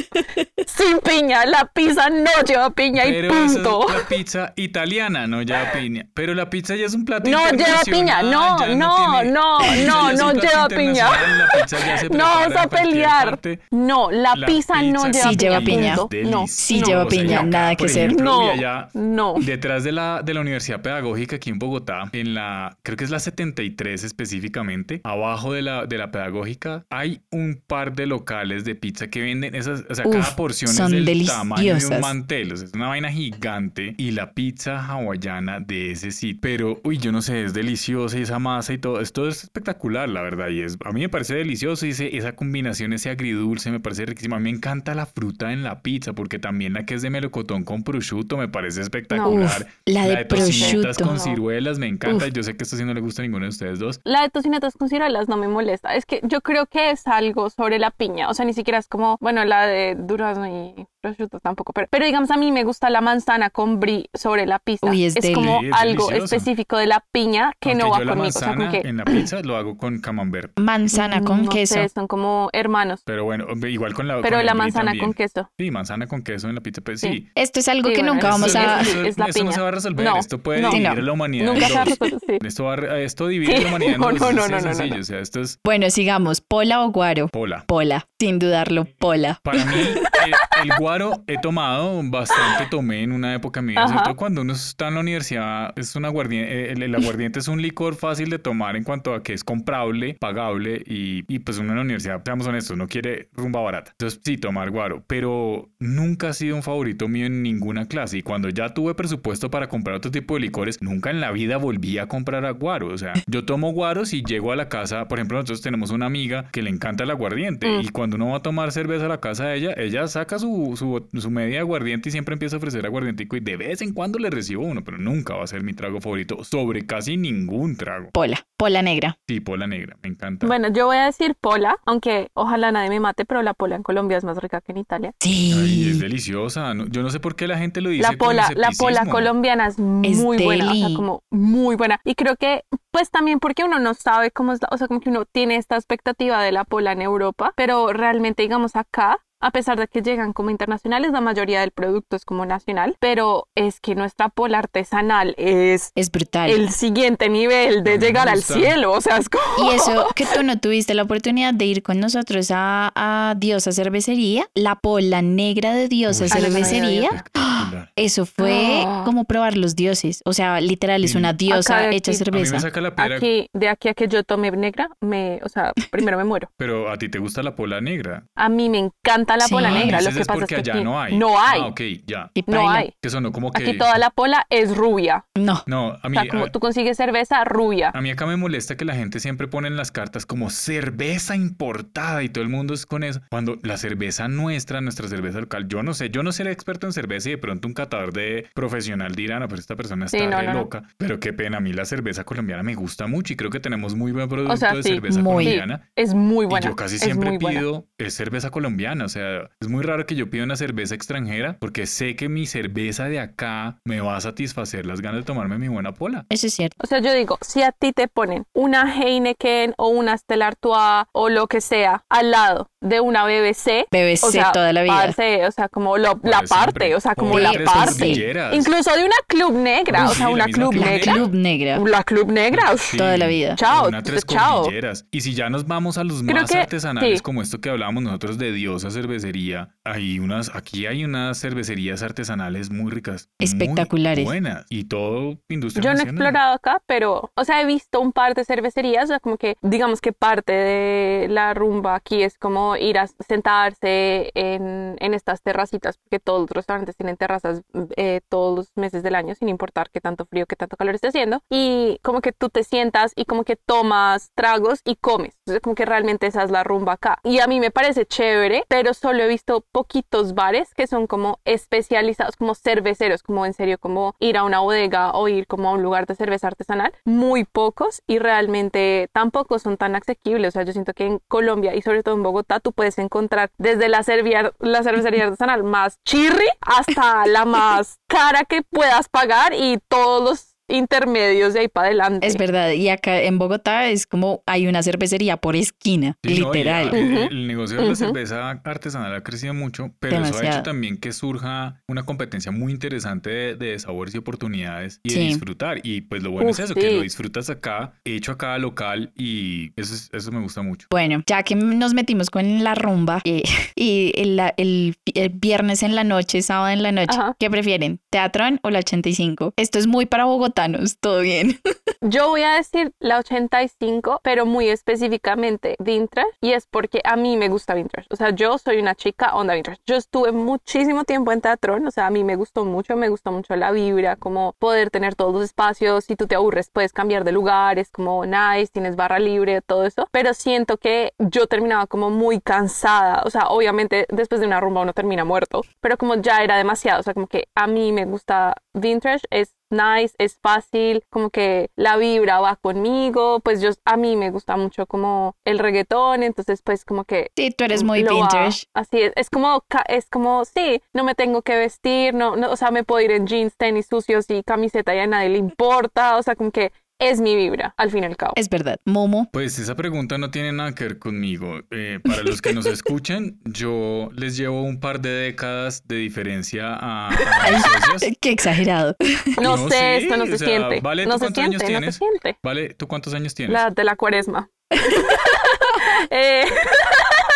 Sin piña, la pizza no lleva piña y
Pero esa
punto.
es la pizza italiana no lleva piña. Pero la pizza ya es un plato
No lleva piña,
internacional,
no,
ya
no,
tiene-
no,
Esa ya
no,
es
no
un plato
lleva piña.
internacional, la pizza ya se
No
prepara
vamos a
en cualquier
pelear.
parte.
No, la, pizza, no
con
lleva
Sí lleva piña.
punto.
es
No,
deliciosa.
Sí
no.
lleva
O sea,
piña,
acá,
nada
por
que hacer.
ejemplo,
No,
vi allá
no.
Detrás de la, de la Universidad Pedagógica aquí en Bogotá, en la, creo que es la 73 específicamente, abajo de la, de la Pedagógica, hay un par de locales de pizza que venden esas, o sea,
Uf,
cada porción
son
es del tamaño de
deliciosas.
un mantel, o sea, es una vaina gigante y la pizza hawaiana de ese sitio. Pero, uy, yo no sé, es deliciosa y esa masa y todo, esto es espectacular, la verdad, y es, a mí me parece delicioso y ese- esa combinación, ese agridulce, me parece riquísima. A mí me encanta la fruta en la pizza porque también la que es de melocotón con prosciutto me parece espectacular.
Uf, la de
tocinetas
prosciutto.
con ciruelas me encanta.
Uf.
Yo sé que esto sí no le gusta a ninguno de ustedes dos.
La de tocinetas con ciruelas no me molesta. Es que yo creo que es algo sobre la piña. O sea, ni siquiera es como, bueno, la de durazno y prosciutto tampoco. Pero, pero digamos, a mí me gusta la manzana con brie sobre la pizza.
Uy, es deli.
como
Sí, es
algo
deliciosa.
específico de la piña que
Aunque
no va
yo la
conmigo. O sea,
manzana
como que,
en la pizza lo hago con camembert.
Manzana con
Mm, no
queso.
sé, son como hermanos.
Pero bueno, igual con la
Pero
con el
la
brie
manzana
también.
con queso.
Sí, manzana con queso en la pizza. Pues,
Sí.
sí.
Esto es algo
Sí,
que
bueno,
Pues
nunca
eso
vamos
sí
a...
es- es la
esto no
piña.
se va a resolver.
No,
esto puede
no.
dividir a la humanidad.
Nunca
en
se va a
dos.
resolver, sí.
Esto, va a- esto divide
Sí.
a la humanidad. en
No,
dos,
no,
es así de
no, no, no, no.
sencillo, O sea, esto es
Bueno, sigamos. ¿Pola o guaro?
pola.
Pola, sin dudarlo, pola.
Para mí, eh, el, el guaro he tomado bastante, tomé en una época mía.
Ajá.
Cuando uno está en la universidad, es un aguardiente, eh, el, el aguardiente es un licor fácil de tomar en cuanto a que es comprable, pagable y, y pues uno en la universidad, seamos honestos, no quiere rumba barata. Entonces sí, tomar guaro, pero nunca ha sido un favorito mío en ninguna clase. Y cuando ya tuve presupuesto para comprar otro tipo de licores, nunca en la vida volví a comprar a guaro. O sea, yo tomo guaro si llego a la casa, por ejemplo, nosotros tenemos una amiga que le encanta el aguardiente
Mm.
y cuando uno va a tomar cerveza a la casa de ella, ella saca su, su, su media de aguardiente y siempre empieza a ofrecer aguardientico y de vez en cuando le recibo uno, pero nunca va a ser mi trago favorito sobre casi ningún trago.
Pola, pola negra.
Tipo la negra, me encanta.
Bueno, yo voy a decir pola, aunque ojalá nadie me mate, pero la pola en Colombia es más rica que en Italia.
Ay, es
Sí.
deliciosa. no- yo no sé por qué la gente lo dice.
La
con
pola, la pola
escepticismo.
colombiana es muy buena, o sea,
deli.
como muy buena. Y creo que, pues también porque uno no sabe cómo es la, o sea, como que uno tiene esta expectativa de la pola en Europa, pero realmente, digamos, acá, a pesar de que llegan como internacionales, la mayoría del producto es como nacional, pero es que nuestra pola artesanal es
Es brutal.
el siguiente nivel
A
de
mí me
llegar al
gusta.
cielo, o sea, es como...
Y eso que tú no tuviste la oportunidad de ir con nosotros a, a Diosa Cervecería, la pola negra de Diosa
Uy,
A la Diosa
Cervecería.
Espectacular.
Eso fue
Ah.
como probar los dioses. O sea, literal, es
Sí.
una
Acá
diosa
de
hecha
aquí.
A mí me
cerveza.
saca la piedra,
Aquí, de aquí a que yo tome negra, me, o sea, primero me muero.
pero a ti te gusta la pola negra.
A mí me encanta la
Sí.
pola
Ah,
negra, lo
Dices,
que
es
pasa es
porque
que
allá
aquí
no hay.
no hay,
Ah, ok, ya.
Y
no
paila.
hay.
Que sonó como que...
Aquí toda la pola es rubia.
No.
No, a
O
mí...
sea, como
a- Ah,
tú consigues cerveza rubia.
A mí acá me molesta que la gente siempre pone en las cartas como cerveza importada y todo el mundo es con eso. Cuando la cerveza nuestra, nuestra cerveza local, yo no sé, yo no seré experto en cerveza y de pronto un catador de profesional dirá, no, pero esta persona está
Sí, no,
re
no, no.
loca. Pero qué pena, a mí la cerveza colombiana me gusta mucho y creo que tenemos muy buen producto
O sea,
de
sí,
cerveza
muy.
colombiana.
Es muy buena.
¿eh? Y yo casi
es
siempre
muy buena.
pido es cerveza colombiana, o sea, es muy raro que yo pida una cerveza extranjera porque sé que mi cerveza de acá me va a satisfacer las ganas de tomarme mi buena pola.
Eso es cierto.
O sea, yo digo, si a ti te ponen una Heineken o una Stella Artois o lo que sea al lado de una BBC,
BBC
o sea,
toda la vida.
parce, o sea, como lo-
Para
la
siempre.
parte, o sea, como
O
la
tres
parte.
cordilleras.
Incluso de una club negra,
Uy,
o sea,
sí, la
una
misma
club
Club
La
negra.
club negra.
La club negra. uf,
Sí,
Toda la vida.
Chao, pues,
Una tres
chao.
cordilleras. Y si ya nos vamos a los
Creo
más
que-
artesanales,
sí.
como esto que hablábamos nosotros de Diosa Cervecería, hay unas, aquí hay unas cervecerías artesanales muy ricas. muy
Espectaculares.
buenas. Y todo industria
Yo no he
nacional.
explorado acá, pero, o sea, he visto un par de cervecerías, o sea, como que, digamos que parte de la rumba aquí es como ir a sentarse en, en estas terracitas, porque todos los restaurantes tienen terrazas eh, todos los meses del año, sin importar qué tanto frío, qué tanto calor esté haciendo, y como que tú te sientas y como que tomas tragos y comes, o sea, como que realmente esa es la rumba acá. Y a mí me parece chévere, pero solo he visto poquitos bares que son como especializados, como cerveceros, como en serio, como ir a una bodega o ir como a un lugar de cerveza artesanal. Muy pocos y realmente tampoco son tan asequibles. O sea, yo siento que en Colombia y sobre todo en Bogotá tú puedes encontrar desde la, cervia- la cervecería artesanal más chirri hasta la más cara que puedas pagar y todos los intermedios de ahí para adelante.
Es verdad, y acá en Bogotá es como hay una cervecería por esquina,
Sí, no, y
literal.
la-
Ujú.
el, el negocio de la
Ujú.
cerveza artesanal ha crecido mucho, pero eso ha
Demasiado.
hecho también que surja una competencia muy interesante de, de sabores y oportunidades y
Sí.
de disfrutar. Y pues lo bueno
Uf,
es eso,
sí.
que lo disfrutas acá, hecho acá local y eso, es- eso me gusta mucho.
Bueno, ya que nos metimos con la rumba eh, y el, la- el- el viernes en la noche, sábado en la noche,
Ajá.
¿qué prefieren? ¿Teatrón o la 85? Esto es muy para bogotanos, todo bien.
Yo voy a decir la 85, pero muy específicamente vintage, y es porque a mí me gusta vintage. O sea, yo soy una chica onda vintage. Yo estuve muchísimo tiempo en Teatrón, o sea, a mí me gustó mucho, me gustó mucho la vibra, como poder tener todos los espacios, si tú te aburres puedes cambiar de lugar, es como nice, tienes barra libre, todo eso, pero siento que yo terminaba como muy cansada, o sea, obviamente después de una rumba uno termina muerto, pero como ya era demasiado, o sea, como que a mí me gusta vintage, es nice, es fácil, como que la vibra va conmigo, pues yo a mí me gusta mucho como el reggaetón, entonces pues como que
Sí, tú eres muy
lo va-
vintage.
así es, es como ca- es como sí, no me tengo que vestir, no, no, o sea, me puedo ir en jeans, tenis sucios y camiseta y a nadie le importa, o sea, como que es mi vibra al fin y al cabo.
Es verdad. Momo,
Pues esa pregunta no tiene nada que ver conmigo. Eh, para los que nos escuchan, yo les llevo un par de décadas de diferencia a, a mis socios.
eh, qué exagerado.
No,
no,
sé,
sí,
esto no se
o sea,
siente.
Vale, ¿tú
no se
cuántos años
siente, no
tienes?
se siente.
Vale, ¿tú cuántos años tienes?
La de la cuaresma. Eh,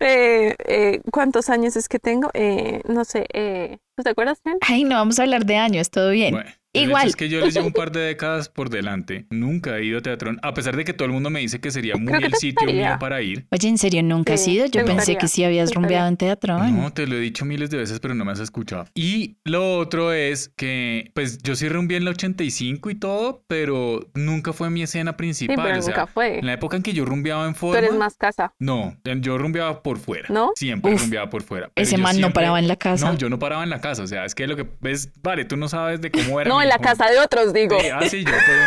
eh, eh, ¿Cuántos años es que tengo? Eh, no sé. Eh, ¿tú ¿Te acuerdas, Nen?
Ay, no vamos a hablar de años, todo bien.
Bueno, el hecho
Igual.
Es que yo les llevo un par de décadas por delante. Nunca he ido a Teatrón, a pesar de que todo el mundo me dice que sería muy
Creo que
el
te
sitio
gustaría.
mío para ir.
Oye, ¿en serio nunca has
Sí,
ido? Yo
te
pensé
gustaría,
que sí habías
te
rumbeado en Teatrón.
No, te lo he dicho miles de veces, pero no me has escuchado. Y lo otro es que, pues yo sí rumbí en la 85 y todo, pero nunca fue mi escena
Sí,
principal.
pero
o sea,
nunca fue.
en la época en que yo rumbeaba en
Tú
forma.
eres más casa.
No, yo rumbeaba por fuera.
¿No?
Siempre
Uf,
rumbeaba por fuera. pero
Ese
yo
man no
siempre-
paraba en la casa.
No, yo no paraba en la casa. O sea, es que lo que ves, vale, tú no sabes de cómo era.
No,
mi
en la
forma.
casa de otros, digo. Ah,
Sí, ah, sí, yo, pero,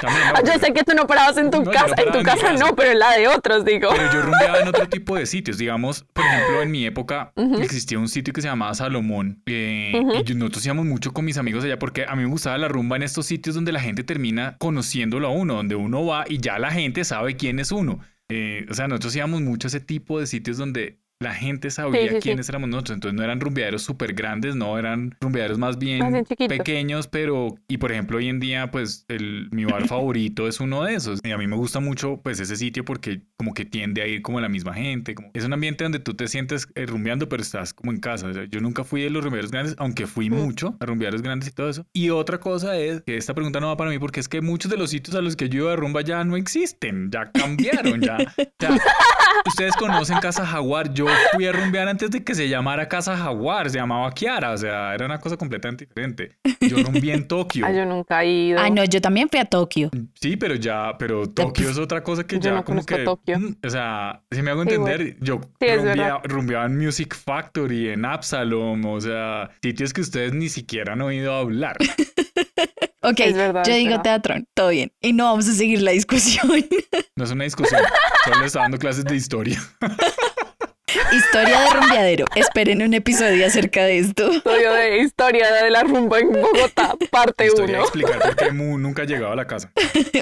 también, no,
Yo
pero-
sé que tú no parabas en tu
No, yo no
casa, en
paraba
tu
en mi
casa
casa.
no, pero en la de otros, digo.
Pero yo rumbeaba en otro tipo de sitios. Digamos, por ejemplo, en mi época existía un sitio que se llamaba Salomón. eh, Y yo- nosotros íbamos mucho con mis amigos allá porque a mí me gustaba la rumba en estos sitios donde la gente termina conociéndolo a uno, donde uno va y ya la gente sabe quién es uno. Eh, o sea, nosotros íbamos mucho a ese tipo de sitios donde la gente sabía
sí, sí.
quiénes éramos nosotros. Entonces no eran rumbeaderos súper grandes, no, eran rumbeaderos más bien
Más bien chiquitos.
pequeños, pero, y por ejemplo, hoy en día, pues, el, mi bar favorito es uno de esos. Y a mí me gusta mucho, pues, ese sitio porque como que tiende a ir como la misma gente. como- es un ambiente donde tú te sientes eh, rumbeando, pero estás como en casa. O sea, yo nunca fui de los rumbeaderos grandes, aunque fui
Mm.
mucho a rumbeaderos grandes y todo eso. Y otra cosa es que esta pregunta no va para mí porque es que muchos de los sitios a los que yo iba de rumba ya no existen, ya cambiaron, ya. ya Ustedes conocen Casa Jaguar. Yo fui a rumbear antes de que se llamara Casa Jaguar. Se llamaba Kiara. O sea, era una cosa completamente diferente. Yo rumbié en Tokio.
Ah, yo nunca he ido.
Ah, no, yo también fui a Tokio.
Sí, pero ya, pero Tokio es otra cosa que
Yo
ya
no
como
conozco
que.
Tokio.
mm, O sea, si me hago
Sí,
entender, yo
es
rumbea-
verdad.
rumbeaba en Music Factory, en Absalom, o sea, sitios que ustedes ni siquiera han oído hablar.
Ok,
Es verdad,
yo
es
digo
verdad.
Teatrón, todo bien. Y no vamos a seguir la discusión.
No es una discusión. Solo está dando clases de historia.
Historia de rumbeadero. Esperen un episodio acerca de esto.
Estudio de historia de la rumba en Bogotá, parte
Historia de
1.
explicar por qué Mu nunca llegaba a la casa.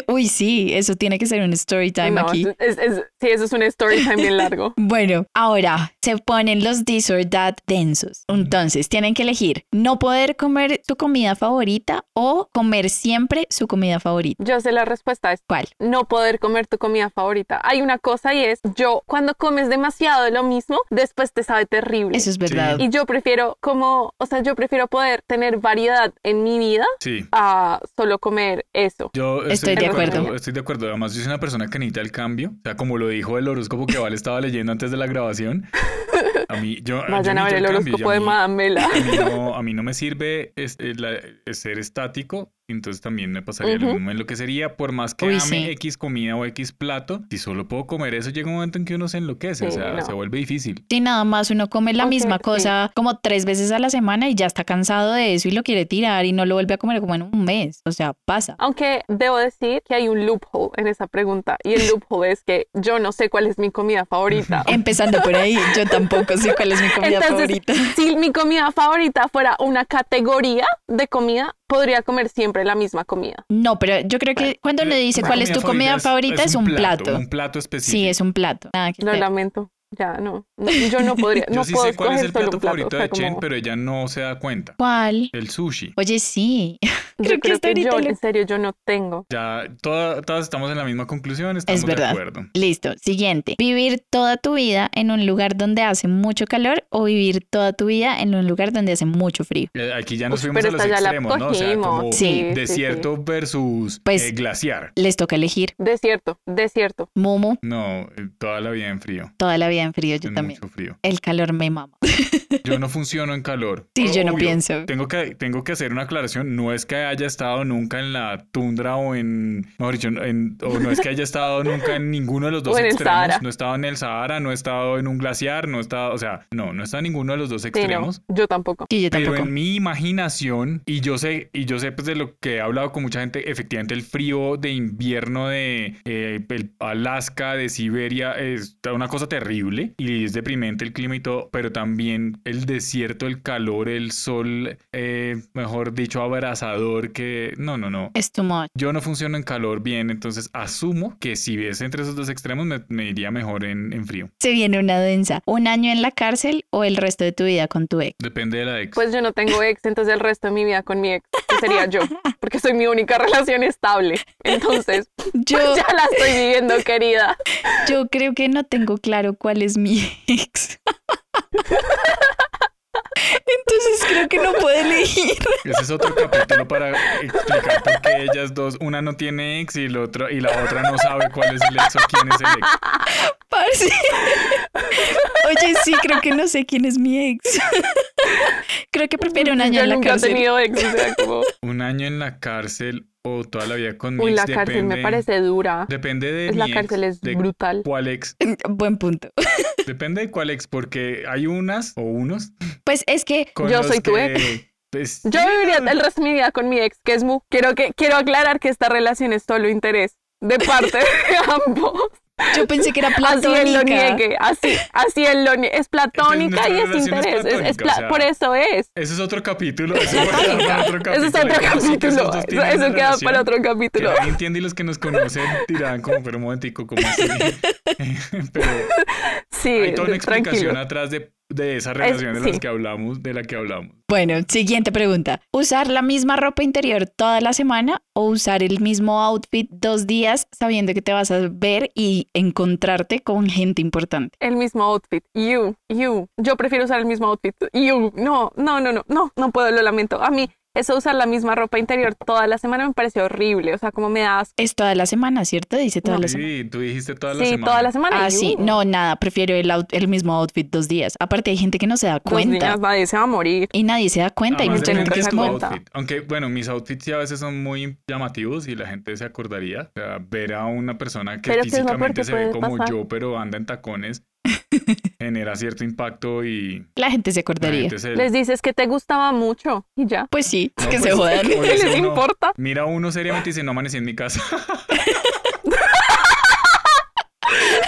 Uy, sí, eso tiene que ser un story time aquí.
Es, es- sí, eso es un story time bien largo.
Bueno, ahora se ponen los this or that densos. Entonces tienen que elegir no poder comer su comida favorita o comer siempre su comida favorita.
Yo sé la respuesta a esto.
¿Cuál?
No poder comer tu comida favorita. Hay una cosa y es, yo cuando comes demasiado de lo mismo, después te sabe terrible.
Eso es verdad.
Y yo prefiero como, o sea, yo prefiero poder tener variedad en mi vida
Sí.
a solo comer eso.
Yo
Estoy de acuerdo.
Estoy de acuerdo. Además, yo soy una persona que necesita el cambio. O sea, como lo dijo el horóscopo que Val estaba leyendo antes de la grabación. A mí, yo. Ah, yo
Vayan a ver
necesito
el
cambio,
horóscopo
y
de
a mí-
Madamela.
a mí no- A mí no me sirve este, la- eh, ser estático. entonces también me pasaría lo
Ujú.
mismo. En lo que sería, por más que
Uy,
ame
sí.
X comida o X plato, si solo puedo comer eso, llega un momento en que uno se enloquece, o
Sí,
sea,
no.
se vuelve difícil.
Si nada más uno come la
Aunque,
misma
sí.
cosa como tres veces a la semana y ya está cansado de eso y lo quiere tirar y no lo vuelve a comer como en un mes. O sea, pasa.
Aunque debo decir que hay un loophole en esa pregunta. Y el loophole es que yo no sé cuál es mi comida favorita.
Empezando por ahí, yo tampoco sé cuál es mi comida
Ah. Entonces,
favorita.
si mi comida favorita fuera una categoría de comida, podría comer siempre la misma comida.
No, pero yo creo que cuando le dice
Eh, La
cuál es tu comida favorita es un plato.
Un plato específico.
Sí, es un plato. Nada que
Lo
hacer.
lamento. Ya, no. No, yo no podría.
Yo
no
sí
puedo
sé cuál es
escoger
el
solo
plato
un plato.
favorito
o
de
sea,
Chen,
como-
pero ella no se da cuenta.
¿Cuál?
El sushi.
Oye, sí.
yo
creo que
creo
hasta
que
ahorita
yo,
lo-
en serio, yo no tengo.
Ya toda- todas estamos en la misma conclusión, estamos de
verdad.
acuerdo.
Listo. Siguiente. Vivir toda tu vida en un lugar donde hace mucho calor o vivir toda tu vida en un lugar donde hace mucho frío.
Eh, Aquí ya nos
Uf,
fuimos
Pues, pero
a los
esta ya la
extremos, ¿no? O sea,
cogimos.
como
Sí,
sí, sí.
desierto versus
Pues-
eh, glaciar.
Les toca elegir
Desierto, desierto.
Momo
No, eh, toda la vida en frío.
toda la vida en frío. Yo
en
también.
mucho frío.
El calor me mama.
Yo no funciono en calor.
Sí, yo no
Obvio,
pienso.
Tengo que, tengo que hacer una aclaración. No es que haya estado nunca en la tundra o en. Mejor dicho, en- o no es que haya estado nunca en ninguno de los dos
O en el
extremos.
Sahara.
No he estado en el Sahara, no he estado en un glaciar, no he estado. O sea, no, no he estado en ninguno de los dos
Sí, no,
extremos.
yo tampoco.
Sí, yo
Pero
tampoco.
en mi imaginación, y yo sé, y yo sé pues, de lo que he hablado con mucha gente, efectivamente el frío de invierno de eh, el Alaska, de Siberia, es una cosa terrible y es deprimente el clima y todo, pero también el desierto, el calor, el sol, eh, mejor dicho, abrasador, que no, no, no.
Es too much.
Yo no funciono en calor bien, entonces asumo que si ves entre esos dos extremos me, me iría mejor en, en frío.
Se viene una densa. ¿Un año en la cárcel o el resto de tu vida con tu ex?
Depende de la ex.
Pues yo no tengo ex, entonces el resto de mi vida con mi ex que sería yo, porque soy mi única relación estable. Entonces, pues,
Yo,
ya la estoy viviendo, querida.
yo creo que no tengo claro cuál es mi ex. Entonces creo que no puedo elegir.
Ese es otro capítulo para explicar por qué ellas dos, una no tiene ex y, el otro, y la otra no sabe cuál es el ex o quién es el ex.
Parce. Oye, sí, creo que no sé quién es mi ex. Creo que prefiero un año
yo
en la
nunca
cárcel.
he tenido ex, o sea, como,
Un año en la cárcel o toda la vida con mi
uy,
ex
la cárcel me
depende-
parece dura.
Depende de
Es la
mi
cárcel
ex,
es
de
brutal.
cuál ex.
Buen punto.
Depende de cuál ex, porque hay unas o unos
Pues es que
con
Yo
los
soy tu
que, pues,
Yo viviría el resto de mi vida con mi ex, que es mu. Quiero que quiero aclarar que esta relación es solo interés de parte de ambos.
yo pensé que era
Así él lo
platónica.
niegue, así, así él lo niegue. Es platónica
Entonces,
y es
nuestra relación es
interés. Es- es
platónica,
pla-
o sea,
por eso es.
Ese es otro capítulo. Ese es otro capítulo.
Eso es otro
Yo sé que esos
capítulo.
dos
Eso,
tienen una
eso queda
relación
para otro
que
capítulo.
nadie entiende y los que nos conocen dirán como, pero un momentico, como así. pero...
Sí,
Hay toda una explicación
tranquilo.
atrás de, de esa relación de
sí.
las que hablamos, de la que hablamos.
Bueno, siguiente pregunta. ¿Usar la misma ropa interior toda la semana o usar el mismo outfit dos días sabiendo que te vas a ver y encontrarte con gente importante?
El mismo outfit. You, you. Yo prefiero usar el mismo outfit. You. No, no, no, no, no, no puedo, lo lamento. A mí, eso de usar la misma ropa interior toda la semana me parece horrible. O sea, como me da asco.
Es toda la semana, ¿cierto? Dice toda
No.
la semana.
Sí, tú dijiste toda la
sí,
semana.
toda la semana.
Ah, sí,
you.
no, nada, prefiero el, out- el mismo outfit dos días. Aparte hay gente que no se da
Dos Ah,
cuenta
niñas, nadie se va a morir.
y nadie se da cuenta y
Además,
Además,
mucha gente
depende
que
Ah, de
es
nunca
tu
como,
cuenta.
outfit. Aunque, bueno, mis outfits sí a veces son muy llamativos y la gente se acordaría. O sea, ver a una persona que
Pero ¿qué es lo peor
físicamente
que
se ve
puede
como
pasar?
yo, pero anda en tacones, genera cierto impacto y
la gente se
la
acordaría.
gente se...
Les dices que te gustaba mucho y ya.
Pues sí,
No,
que
pues,
se jodan.
o
¿Qué
dice
les
uno,
importa?
Mira a uno seriamente y dice, no amanecí en mi casa.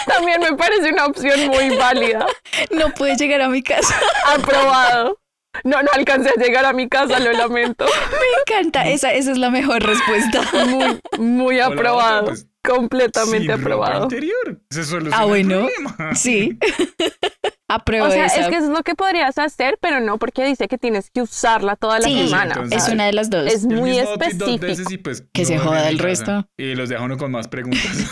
También me parece una opción muy válida.
No pude llegar a mi casa.
Aprobado. No, no alcancé a llegar a mi casa, lo lamento.
Me encanta. Esa, esa es la mejor respuesta.
Muy, muy
Hola,
aprobado.
pues,
Completamente
Sin ropa
aprobado.
interior. Se soluciona
Ah,
el
bueno.
problema.
Sí. Apruebo
O sea,
esa.
es que eso es lo que podrías hacer, pero no porque dice que tienes que usarla toda la
Sí,
semana.
entonces-
es una de las dos.
Es
El
muy
mismo outfit dos veces
específico.
y pues
Que se
no
joda
me
el
alcanza.
resto.
Y los deja uno con más preguntas.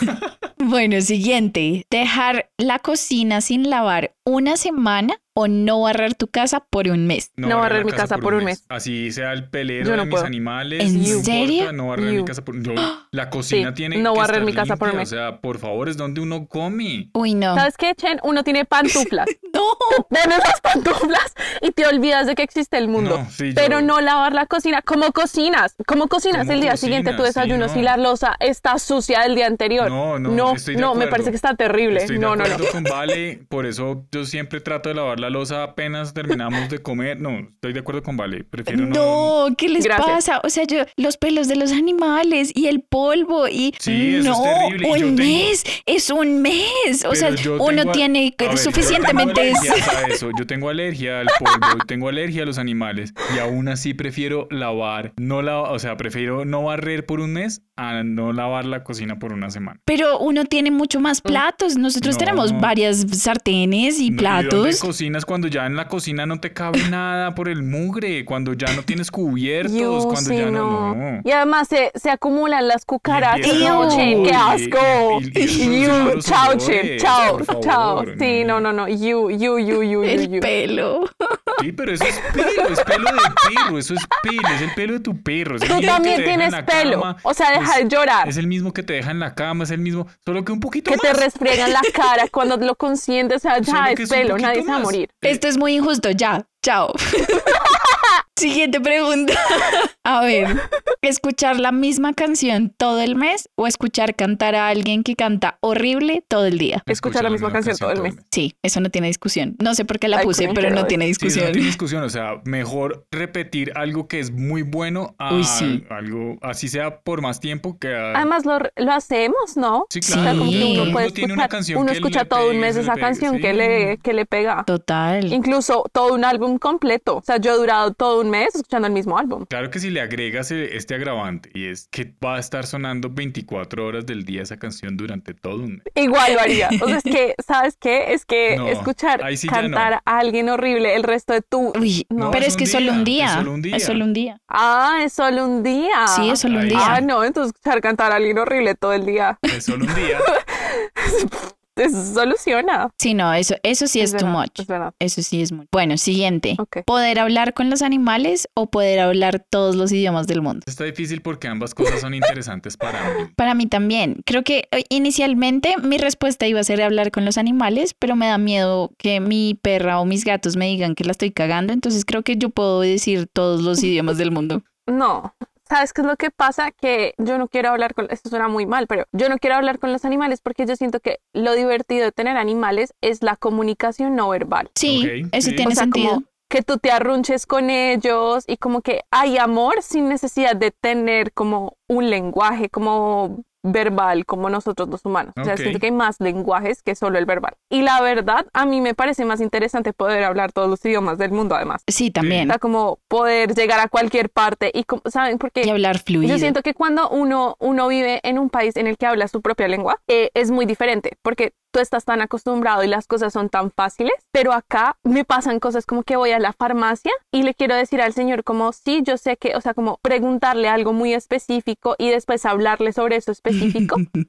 Bueno, siguiente. Dejar la cocina sin lavar una semana o no barrer tu casa por un mes.
No barrer mi casa por un mes.
Así sea el pelero
Yo no
de mis
puedo.
animales.
¿En
no importa,
serio?
No barrer mi
You.
casa por un mes. La cocina
Sí,
tiene
no
que
barrer
estar
mi casa por un
limpia,
mes.
O sea, por favor, es donde uno come.
Uy, no.
¿Sabes qué, Chen? Uno tiene pantuflas.
No.
Ven esas pantuflas y te olvidas de que existe el mundo.
No, sí, yo-
Pero no lavar la cocina. ¿Cómo cocinas? ¿Cómo cocinas
¿Cómo
el día
cocinas?
siguiente tu
Sí,
desayuno
no.
si la losa está sucia del día anterior?
No, no,
no,
estoy de
no, me
acuerdo.
parece que está terrible.
Estoy
no,
de
no, no.
acuerdo con Vale, por eso yo siempre trato de lavar la losa apenas terminamos de comer. No, estoy de acuerdo con Vale. Prefiero no.
No, ¿qué les
Gracias.
pasa? O sea, yo, los pelos de los animales y el polvo y
Sí, eso es
no,
terrible, y
un
yo tengo-
mes, es un mes. O
Pero
sea,
yo
uno
tengo a-
tiene
A ver,
suficientemente
Yo tengo, alergias a eso. yo tengo alergia al polvo, yo tengo alergia a los animales y aún así prefiero lavar, no la, o sea, prefiero no barrer por un mes a no lavar la cocina por una semana.
pero uno tiene mucho más platos. Nosotros
No.
tenemos varias sartenes y
No, dónde
platos.
cocinas cuando ya en la cocina no te cabe nada por el mugre, cuando ya no tienes cubiertos,
Yo
cuando
sí,
ya no.
no.
no.
Y además se, se acumulan las cucarachas.
empieza
a
No, Chen,
oler,
qué asco.
y- y- y- y-
You,
son los
chao,
olores,
Chen, chao,
por favor,
chao. Sí,
no.
no, no, no. You, you, you, you, you,
El
you.
pelo.
Sí, pero eso es pelo, es pelo de perro, eso es pelo, es el pelo de tu perro. es el
Tú
mismo que te
también
deja en
tienes
la
pelo.
cama,
o sea, deja
es-
de llorar.
Es el mismo que te deja en la cama, es el mismo, solo que un poquito
que te
más.
resfriegan la cara cuando lo consientes. O sea,
solo
ya
que es
es
un
pelo,
poquito
nadie se va a
más.
morir.
Esto es muy injusto, ya, chao. Siguiente pregunta. A ver, ¿escuchar la misma canción todo el mes o escuchar cantar a alguien que canta horrible todo el día?
Escuchar la misma canción todo el mes.
Sí, eso no tiene discusión. No sé por qué la
Ay,
puse,
cringe,
pero no
ay.
tiene
Sí, eso no
discusión.
tiene discusión, o sea, mejor repetir algo que es muy bueno a
Uy, sí.
algo así sea por más tiempo que a-
Además, lo, lo hacemos, ¿no?
Sí,
o
claro.
sea,
como
Sí.
que
Todo
uno
el
puede
mundo tiene una
escuchar,
canción
uno
que
escucha
le
todo un
pegue,
mes
se le
esa
pegue,
canción que
sí.
le, que le pega.
Total.
Incluso todo un álbum completo. O sea, yo he durado todo un mes escuchando el mismo álbum.
Claro que si le agregas eh, este agravante y es que va a estar sonando 24 horas del día esa canción durante todo un mes.
Igual lo haría. O sea, es que, ¿sabes qué? Es que
No,
escuchar
ahí sí ya
cantar
no.
a alguien horrible el resto de tu...
Uy,
No,
pero
es
es
un
que es solo
día,
un
es
día.
solo un día.
Es solo un día.
Ah, es solo un día.
Sí, es solo un
ahí
día.
Ah, no, entonces escuchar cantar a alguien horrible todo el día
Es eh, solo un día.
se soluciona.
Sí, no, eso, eso sí es, too
verdad,
much.
Es verdad.
Eso sí es muy. Bueno, siguiente.
Ok.
¿Poder hablar con los animales o poder hablar todos los idiomas del mundo?
Está difícil porque ambas cosas son interesantes para mí.
Para mí también. Creo que eh, inicialmente mi respuesta iba a ser hablar con los animales, pero me da miedo que mi perra o mis gatos me digan que la estoy cagando, entonces creo que yo puedo decir todos los idiomas del mundo.
No. ¿Sabes qué es lo que pasa? Que yo no quiero hablar con... Esto suena muy mal, pero yo no quiero hablar con los animales porque yo siento que lo divertido de tener animales es la comunicación no verbal.
Sí,
Ok,
eso
sí.
tiene
o sea,
sentido.
como que tú te arrunches con ellos y como que hay amor sin necesidad de tener como un lenguaje como verbal como nosotros los humanos. O sea,
Ok.
siento que hay más lenguajes que solo el verbal. Y la verdad, a mí me parece más interesante poder hablar todos los idiomas del mundo además.
Sí, también.
O sea, como poder llegar a cualquier parte y como, ¿saben?
Y
Porque
hablar fluido.
yo siento que cuando uno, uno vive en un país en el que habla su propia lengua, eh, es muy diferente porque tú estás tan acostumbrado y las cosas son tan fáciles, pero acá me pasan cosas como que voy a la farmacia y le quiero decir al señor como, sí, yo sé que, o sea, como preguntarle algo muy específico y después hablarle sobre eso específico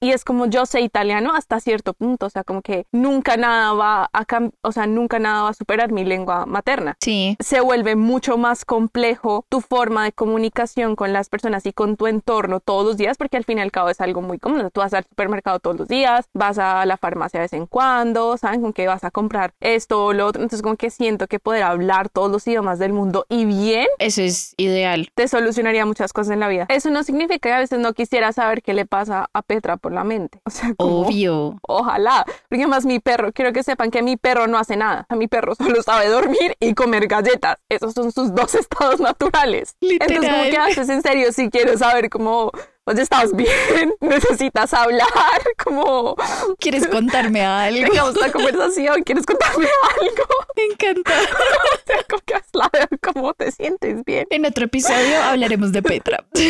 y es como yo sé italiano hasta cierto punto, o sea, como que nunca nada va a, cam- o sea, nunca nada va a superar mi lengua materna
Sí.
se vuelve mucho más complejo tu forma de comunicación con las personas y con tu entorno todos los días, porque al fin y al cabo es algo muy común. Tú vas al supermercado todos los días, vas a la farmacia de vez en cuando, ¿saben? Con que vas a comprar esto o lo otro. Entonces, como que siento que poder hablar todos los idiomas del mundo y bien
Eso es ideal.
te solucionaría muchas cosas en la vida. Eso no significa que a veces no quisiera saber qué le pasa a Petra por la mente. O sea, como...
Obvio.
Ojalá, porque además mi perro, quiero que sepan que mi perro no hace nada. A mi perro solo sabe dormir y comer galletas. Esos son sus dos estados naturales. Entonces, como
Literal.
que haces en serio si quieres saber cómo, oye, estás bien, necesitas hablar, como
¿Quieres contarme algo?
tengamos la conversación, quieres contarme algo.
Me encanta.
O sea, como que hazla, cómo te sientes bien.
En otro episodio hablaremos de Petra.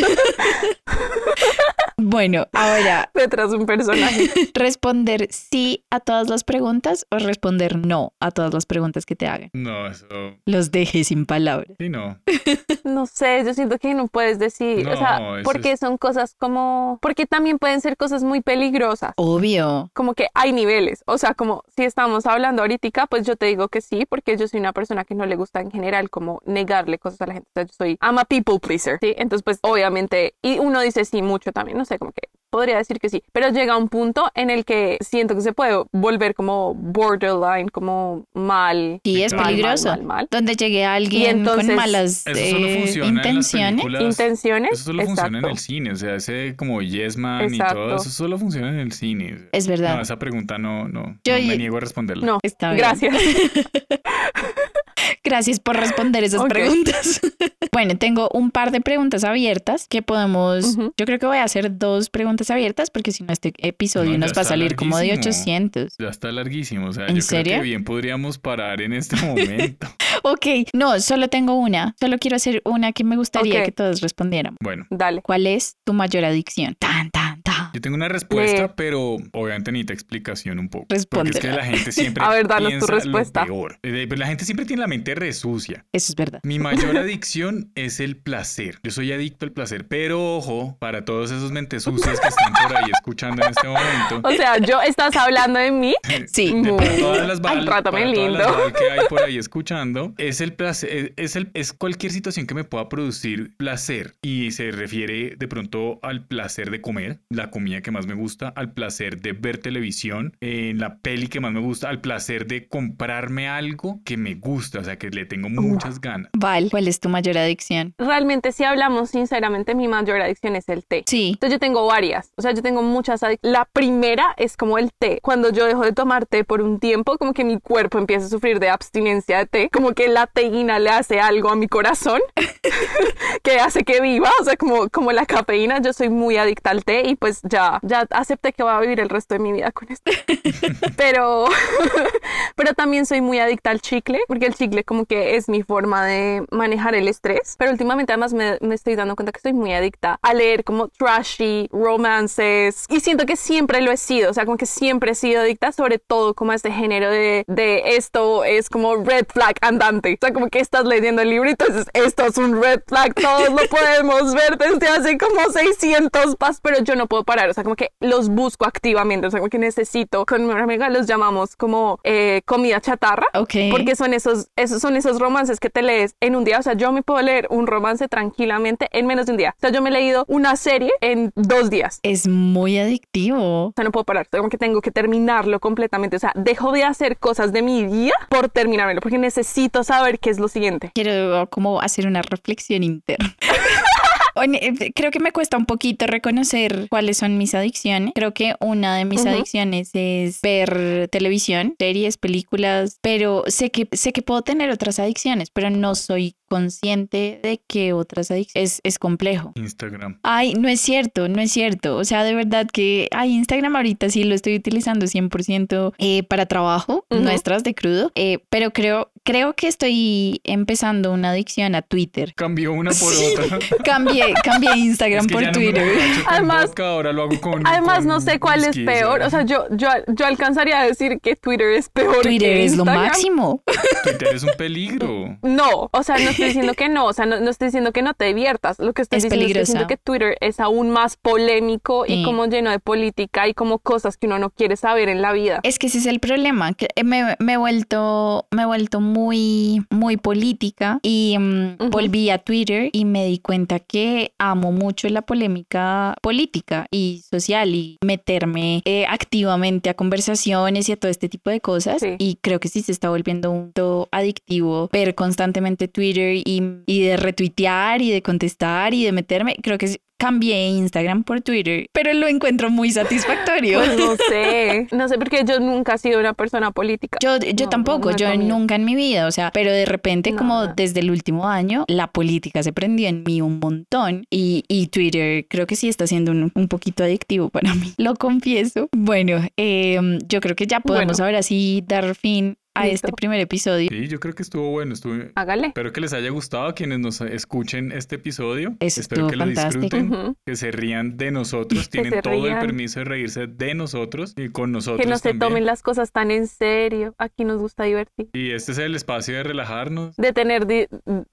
bueno, ahora,
Detrás de un personaje.
responder sí a todas las preguntas o responder no a todas las preguntas que te hagan.
No, eso.
Los dejé sin palabras.
Sí, no.
No sé, yo siento que no puedes decir, o sea,
No, eso
porque
es-
son cosas cosas como, porque también pueden ser cosas muy peligrosas.
Obvio.
Como que hay niveles, o sea, como si estamos hablando ahorita, pues yo te digo que sí, porque yo soy una persona que no le gusta en general como negarle cosas a la gente, o sea, yo soy, I'm a people pleaser, ¿sí? Entonces, pues obviamente, y uno dice sí mucho también, no sé, como que podría decir que sí, pero llega un punto en el que siento que se puede volver como borderline, como mal.
Y es
mal,
peligroso.
Mal, mal, mal.
Donde llegue alguien
Y entonces-
con malas
Eso solo
eh,
funciona en las
intenciones.
películas.
Intenciones.
Eso solo funciona en
Exacto.
el cine, o sea, ese como Yes Man y
Exacto.
todo, eso solo funciona en el cine. o sea.
Es verdad.
No, esa pregunta no, no,
Yo
no me
y-
niego a responderla.
No,
Está bien.
gracias.
Gracias por responder esas
Ok.
preguntas. bueno, tengo un par de preguntas abiertas que podemos.
Ujú.
Yo creo que voy a hacer dos preguntas abiertas porque si no, este episodio
No, ya
nos va a
está
salir como de
larguísimo.
800.
Ya está larguísimo, o sea,
¿En
yo creo
serio?
que bien podríamos parar en este momento.
Ok, no, solo tengo una. Solo quiero hacer una que me gustaría
Ok.
que todos respondieran.
bueno,
Dale.
¿Cuál es tu mayor adicción? Tan, tan, tan.
yo tengo una respuesta,
Lee.
pero obviamente necesita explicación un poco. Porque es que
Respóndela.
la gente siempre
A ver, danos tu
piensa lo
respuesta.
peor. Eh, pero La gente siempre tiene la mente resucia.
Eso es verdad.
Mi mayor adicción es el placer. Yo soy adicto al placer, pero ojo, para todos esos mentes sucias que están por ahí escuchando en este momento.
O sea, yo estás hablando de mí.
Sí.
de para todas las
Ay,
balas,
trátame
para todas
lindo.
las balas que hay por ahí escuchando, es el placer, eh, es, el, es cualquier situación que me pueda producir placer y se refiere de pronto al placer de comer, la comida que más me gusta, al placer de ver televisión, en la peli que más me gusta, al placer de comprarme algo que me gusta, o sea que le tengo muchas ganas.
Val, ¿cuál es tu mayor adicción?
Realmente, si hablamos sinceramente, mi mayor adicción es el té.
Sí.
Entonces yo tengo varias, o sea, yo tengo muchas. adic- La primera es como el té. Cuando yo dejo de tomar té por un tiempo, como que mi cuerpo empieza a sufrir de abstinencia de té, como que la teína le hace algo a mi corazón que hace que viva, o sea, como, como la cafeína, yo soy muy adicta al té y pues ya, ya acepté que voy a vivir el resto de mi vida con esto. pero, pero también soy muy adicta al chicle, porque el chicle como que es mi forma de manejar el estrés. Pero últimamente además me, me estoy dando cuenta que estoy muy adicta a leer como trashy romances y siento que siempre lo he sido, o sea, como que siempre he sido adicta sobre todo como a este género de, de esto es como red flag andante. O sea, como que estás leyendo el libro y entonces esto es un red flag, todos lo podemos ver desde hace como 600 pas, pero yo no puedo parar, o sea, como que los busco activamente, o sea, como que necesito, con mi amiga los llamamos como eh, comida chatarra.
Ok.
Porque son esos, esos son esos romances que te lees en un día. O sea, yo me puedo leer un romance tranquilamente en menos de un día. O sea, yo me he leído una serie en dos días.
es muy adictivo.
O sea, no puedo parar. Tengo que, tengo que terminarlo completamente. O sea, dejo de hacer cosas de mi día por terminarlo, porque necesito saber qué es lo siguiente.
quiero como hacer una reflexión interna. Hon- eh, Creo que me cuesta un poquito reconocer cuáles son mis adicciones. Creo que una de mis
Ujú.
adicciones es ver televisión, series, películas, pero sé que sé que puedo tener otras adicciones, pero no soy consciente de que otras adicciones es, es complejo.
Instagram.
Ay, no es cierto, no es cierto. O sea, de verdad que ay, Instagram ahorita sí lo estoy utilizando 100% eh, para trabajo,
Ujú.
nuestras de crudo, eh, pero creo, creo que estoy empezando una adicción a Twitter.
Cambió una por
Sí.
otra.
Cambié, cambié Instagram
Es que
por
ya no me
Twitter.
lo he hecho con
Además-
vodka, ahora lo hago con-
Además, no
con
sé cuál es
whisky,
peor. O sea, yo, yo, yo alcanzaría a decir que Twitter es peor.
Twitter
que
es lo
Instagram.
máximo.
Twitter es un peligro.
No, o sea, no estoy diciendo que no, o sea, no, no estoy diciendo que no te diviertas. Lo que estoy
Es
diciendo es que
peligrosa.
siento que Twitter es aún más polémico y
Sí.
como lleno de política y como cosas que uno no quiere saber en la vida.
Es que ese es el problema, que eh, me, me he vuelto, me he vuelto muy, muy política y mm,
Ujú.
volví a Twitter y me di cuenta que amo mucho la polémica política y social y meterme eh, activamente a conversaciones y a todo este tipo de cosas
Sí.
y creo que sí se está volviendo un punto adictivo ver constantemente Twitter y, y de retuitear y de contestar y de meterme, creo que sí, Cambié Instagram por Twitter, pero lo encuentro muy satisfactorio.
Pues no sé, no sé porque yo nunca he sido una persona política.
Yo, yo
No,
tampoco,
no he
yo
comido.
nunca en mi vida, o sea, pero de repente
No,
como
no.
desde el último año la política se prendió en mí un montón y, y Twitter creo que sí está siendo un, un poquito adictivo em, para mí, lo confieso. Bueno, eh, yo creo que ya podemos ahora sí dar fin a
Listo.
este primer episodio.
Sí, yo creo que estuvo bueno. Estuvo...
Hágale.
Espero que les haya gustado a quienes nos escuchen este episodio.
Eso
Espero
estuvo
que lo
fantástico.
disfruten,
Ujú.
que se rían de nosotros.
Que se
Tienen todo el
rían.
permiso de reírse de nosotros y con nosotros.
Que no se
también.
tomen las cosas tan en serio. Aquí nos gusta divertir.
Y este es el espacio de relajarnos.
De tener, di-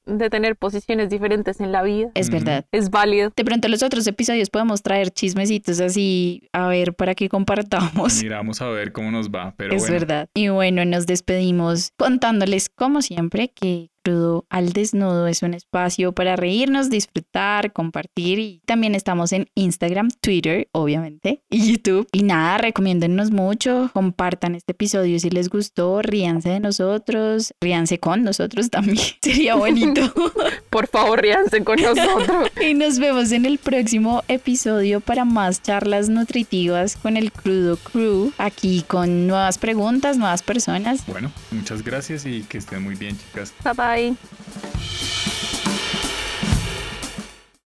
de tener posiciones diferentes en la vida.
Es
Ujú.
verdad.
Es válido.
De pronto los otros episodios podemos traer chismecitos así, a ver, para que compartamos.
Miramos a ver cómo nos va. Pero
es
bueno,
verdad. Y bueno, nos despedimos contándoles, como siempre, que Crudo al Desnudo es un espacio para reírnos, disfrutar, compartir. Y también estamos en Instagram, Twitter, obviamente, y YouTube. Y nada, recomiéndennos mucho, compartan este episodio si les gustó, ríanse de nosotros, ríanse con nosotros también. Sería bonito.
Por favor, ríanse con nosotros.
Y nos vemos en el próximo episodio para más charlas nutritivas con el Crudo Crew, aquí con nuevas preguntas, nuevas personas.
bueno, muchas gracias y que estén muy bien, chicas.
Bye bye.